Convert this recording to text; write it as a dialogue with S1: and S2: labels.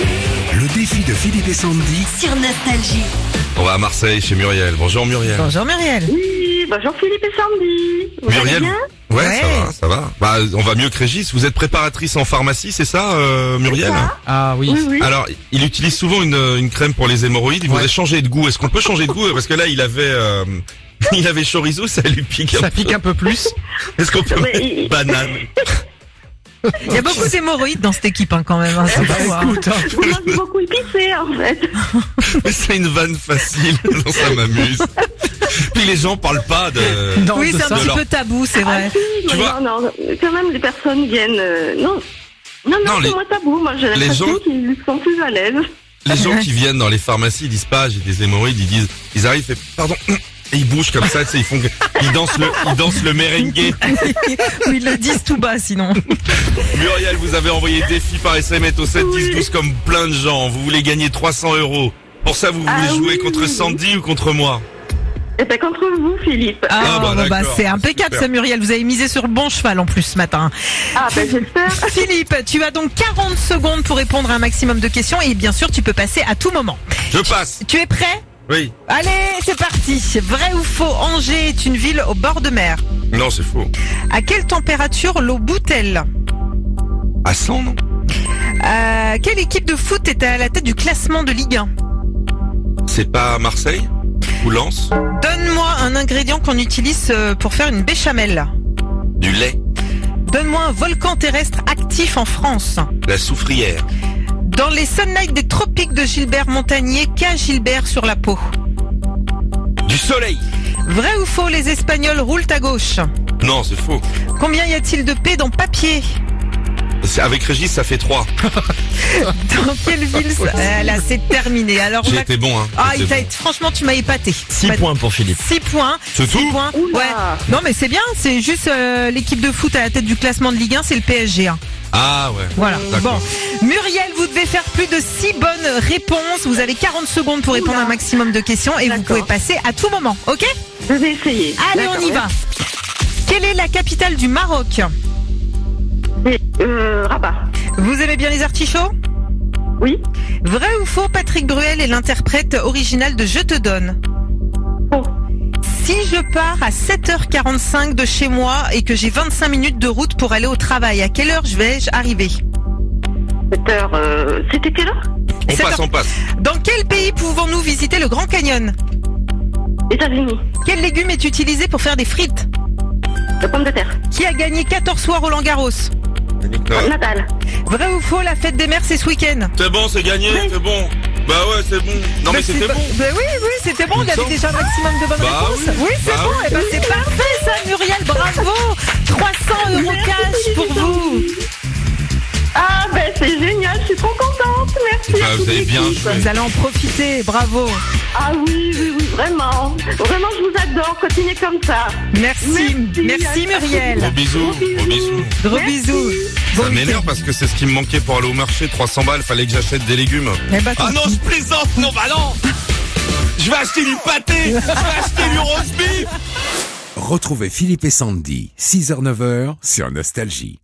S1: le défi de Philippe et Sandy
S2: sur Nostalgie.
S3: On va à Marseille chez Muriel. Bonjour Muriel.
S4: Bonjour Muriel.
S5: Oui, bonjour Philippe et Sandy. Vous allez
S3: Muriel.
S5: bien
S3: Ouais,
S4: Ouais.
S3: ça va, ça va. Bah, on va mieux que Régis. Vous êtes préparatrice en pharmacie, c'est ça, euh, Muriel
S6: Ah oui.
S5: Oui, oui.
S3: Alors, il utilise souvent une, euh, une crème pour les hémorroïdes. Il voudrait changer de goût. Est-ce qu'on peut changer de goût Parce que là, il avait, euh, il avait chorizo, ça lui pique. un
S6: Ça
S3: peu.
S6: pique un peu plus.
S3: Est-ce qu'on peut
S5: Ouais,
S3: mettre
S5: il-
S3: banane
S4: Il y a beaucoup d'hémorroïdes dans cette équipe hein, quand même. hein, c'est pas moi, hein.
S6: Écoute, hein.
S5: Vous mangez beaucoup épicé en fait.
S3: Mais C'est une vanne facile. Non, ça m'amuse. Puis les gens parlent pas de.
S6: Non,
S4: Oui,
S6: de
S4: c'est un
S6: ça.
S4: petit
S3: Alors-
S4: peu tabou, c'est
S5: Ah
S4: vrai.
S5: si, mais
S3: vois-
S5: non, non, quand même les personnes viennent. euh, non, non, non,
S3: Non,
S5: c'est
S3: les-
S5: moi tabou. Moi j'ai l'impression
S3: gens-
S5: qu'ils sont plus à l'aise.
S3: Les gens qui viennent dans les pharmacies, ils disent pas, j'ai des hémorroïdes, ils disent, ils arrivent, et, pardon, et ils bougent comme ça, tu sais, ils font, que- ils dansent le, ils dansent le merengue.
S4: Oui, ils le disent tout bas sinon.
S3: Muriel, vous avez envoyé défi par SMS au 7 10 12 comme plein de gens. Vous voulez gagner 300 euros. Pour ça, vous voulez
S5: Ah
S3: jouer
S5: oui,
S3: contre
S5: oui, oui.
S3: Sandy ou contre moi
S5: Et ben contre vous Philippe.
S4: Ah,
S3: Ah, bah,
S4: bon, bah,
S3: d'accord,
S4: c'est impeccable
S3: super.
S4: ça Muriel, vous avez misé sur le bon cheval en plus ce matin.
S5: Ah ben j'espère.
S4: Philippe, tu as donc 40 secondes pour répondre à un maximum de questions et bien sûr tu peux passer à tout moment.
S3: Je passe.
S4: Tu es prêt
S3: Oui.
S4: Allez, c'est parti. Vrai ou faux, Angers est une ville au bord de mer.
S3: Non, c'est faux.
S4: À quelle température l'eau bout-elle
S3: À 100, non
S4: Euh, Quelle équipe de foot est à la tête du classement de Ligue 1
S3: C'est pas à Marseille Ou Lens
S4: Donne-moi un ingrédient qu'on utilise euh, pour faire une béchamel.
S3: Du lait
S4: Donne-moi un volcan terrestre actif en France.
S3: La soufrière
S4: Dans les sunlights des tropiques de Gilbert Montagnier, qu'a Gilbert sur la peau
S3: Du soleil
S4: Vrai ou faux, les Espagnols roulent à gauche
S3: Non, c'est faux.
S4: Combien y a-t-il de P dans papier
S3: C'est- Avec Régis, ça fait 3.
S4: Dans quelle ville ça- Ah, Là, c'est terminé. Alors, on
S3: J'ai
S4: a-
S3: été bon, hein.
S4: Ah,
S3: J'étais
S4: il t'a-
S3: bon.
S4: franchement, tu m'as épaté.
S6: 6 points pour Philippe.
S4: 6 points.
S3: C'est
S4: Six
S3: tout
S4: points.
S5: Oula.
S4: Ouais. Non, mais c'est bien. C'est juste euh, l'équipe de foot à la tête du classement de Ligue 1, c'est le PSG. hein.
S3: Ah, ouais.
S4: Voilà. Bon.
S3: D'accord.
S4: Muriel, vous devez faire plus de 6 bonnes réponses. Vous avez 40 secondes pour répondre à un maximum de questions et vous
S5: D'accord.
S4: pouvez passer à tout moment. OK
S5: Je vais essayer.
S4: Allez,
S5: D'accord,
S4: on y va. Quelle est la capitale du Maroc
S5: merci. Euh, rabat.
S4: Vous aimez bien les artichauts
S5: Oui.
S4: Vrai ou faux, Patrick Bruel est l'interprète original de Je te donne.
S5: Oh.
S4: Si je pars à 7h45 de chez moi et que j'ai 25 minutes de route pour aller au travail, à quelle heure je vais-je arriver
S5: Cette heure, euh, c'était quelle heure
S3: On
S4: C'est
S3: passe,
S4: un-
S3: on passe.
S4: Dans quel pays pouvons-nous visiter le Grand Canyon
S5: États-Unis.
S4: Quel légume est utilisé pour faire des frites
S5: La pomme de terre.
S4: Qui a gagné 14 fois Roland Garros
S3: Ah.
S5: Natal.
S4: Vrai ou faux, la fête des mères c'est ce week-end
S3: C'est bon, c'est gagné,
S5: Oui.
S3: c'est bon. Bah ouais, c'est bon. Non mais
S4: Bah,
S3: c'était
S4: c'est pas-
S3: bon.
S4: Bah oui, oui, c'était bon.
S3: Il
S4: Il
S3: me
S4: avait
S3: semble.
S4: déjà un maximum de bonnes
S3: Bah
S4: réponses.
S3: oui.
S4: Oui, c'est
S3: Bah
S4: bon.
S3: oui.
S4: Et ben c'est parfait, ça, Muriel. Bravo. 300 euros
S5: Merci,
S4: cash pour
S5: Philippe et
S4: vous.
S5: Ah ben c'est génial, je suis trop contente. Merci.
S3: Bah,
S5: à
S3: vous
S5: toute
S3: avez bien
S5: l'équipe.
S3: joué.
S4: Vous allez en profiter. Bravo.
S5: Ah oui, oui, oui, vraiment. Vraiment, je vous adore. Continuez comme ça.
S4: Merci.
S5: Merci.
S4: Merci, Muriel.
S3: Gros bisous, gros bisous.
S4: Gros
S5: Merci.
S4: bisous.
S3: Ça m'énerve parce que c'est ce qui me manquait pour aller au marché, 300 balles, fallait que j'achète des légumes.
S4: Eh ben, tant
S3: Ah non,
S4: pis.
S3: je plaisante, non bah non Je vais acheter du pâté, je vais acheter du roast beef
S1: Retrouvez Philippe et Sandy, 6h-9h sur Nostalgie.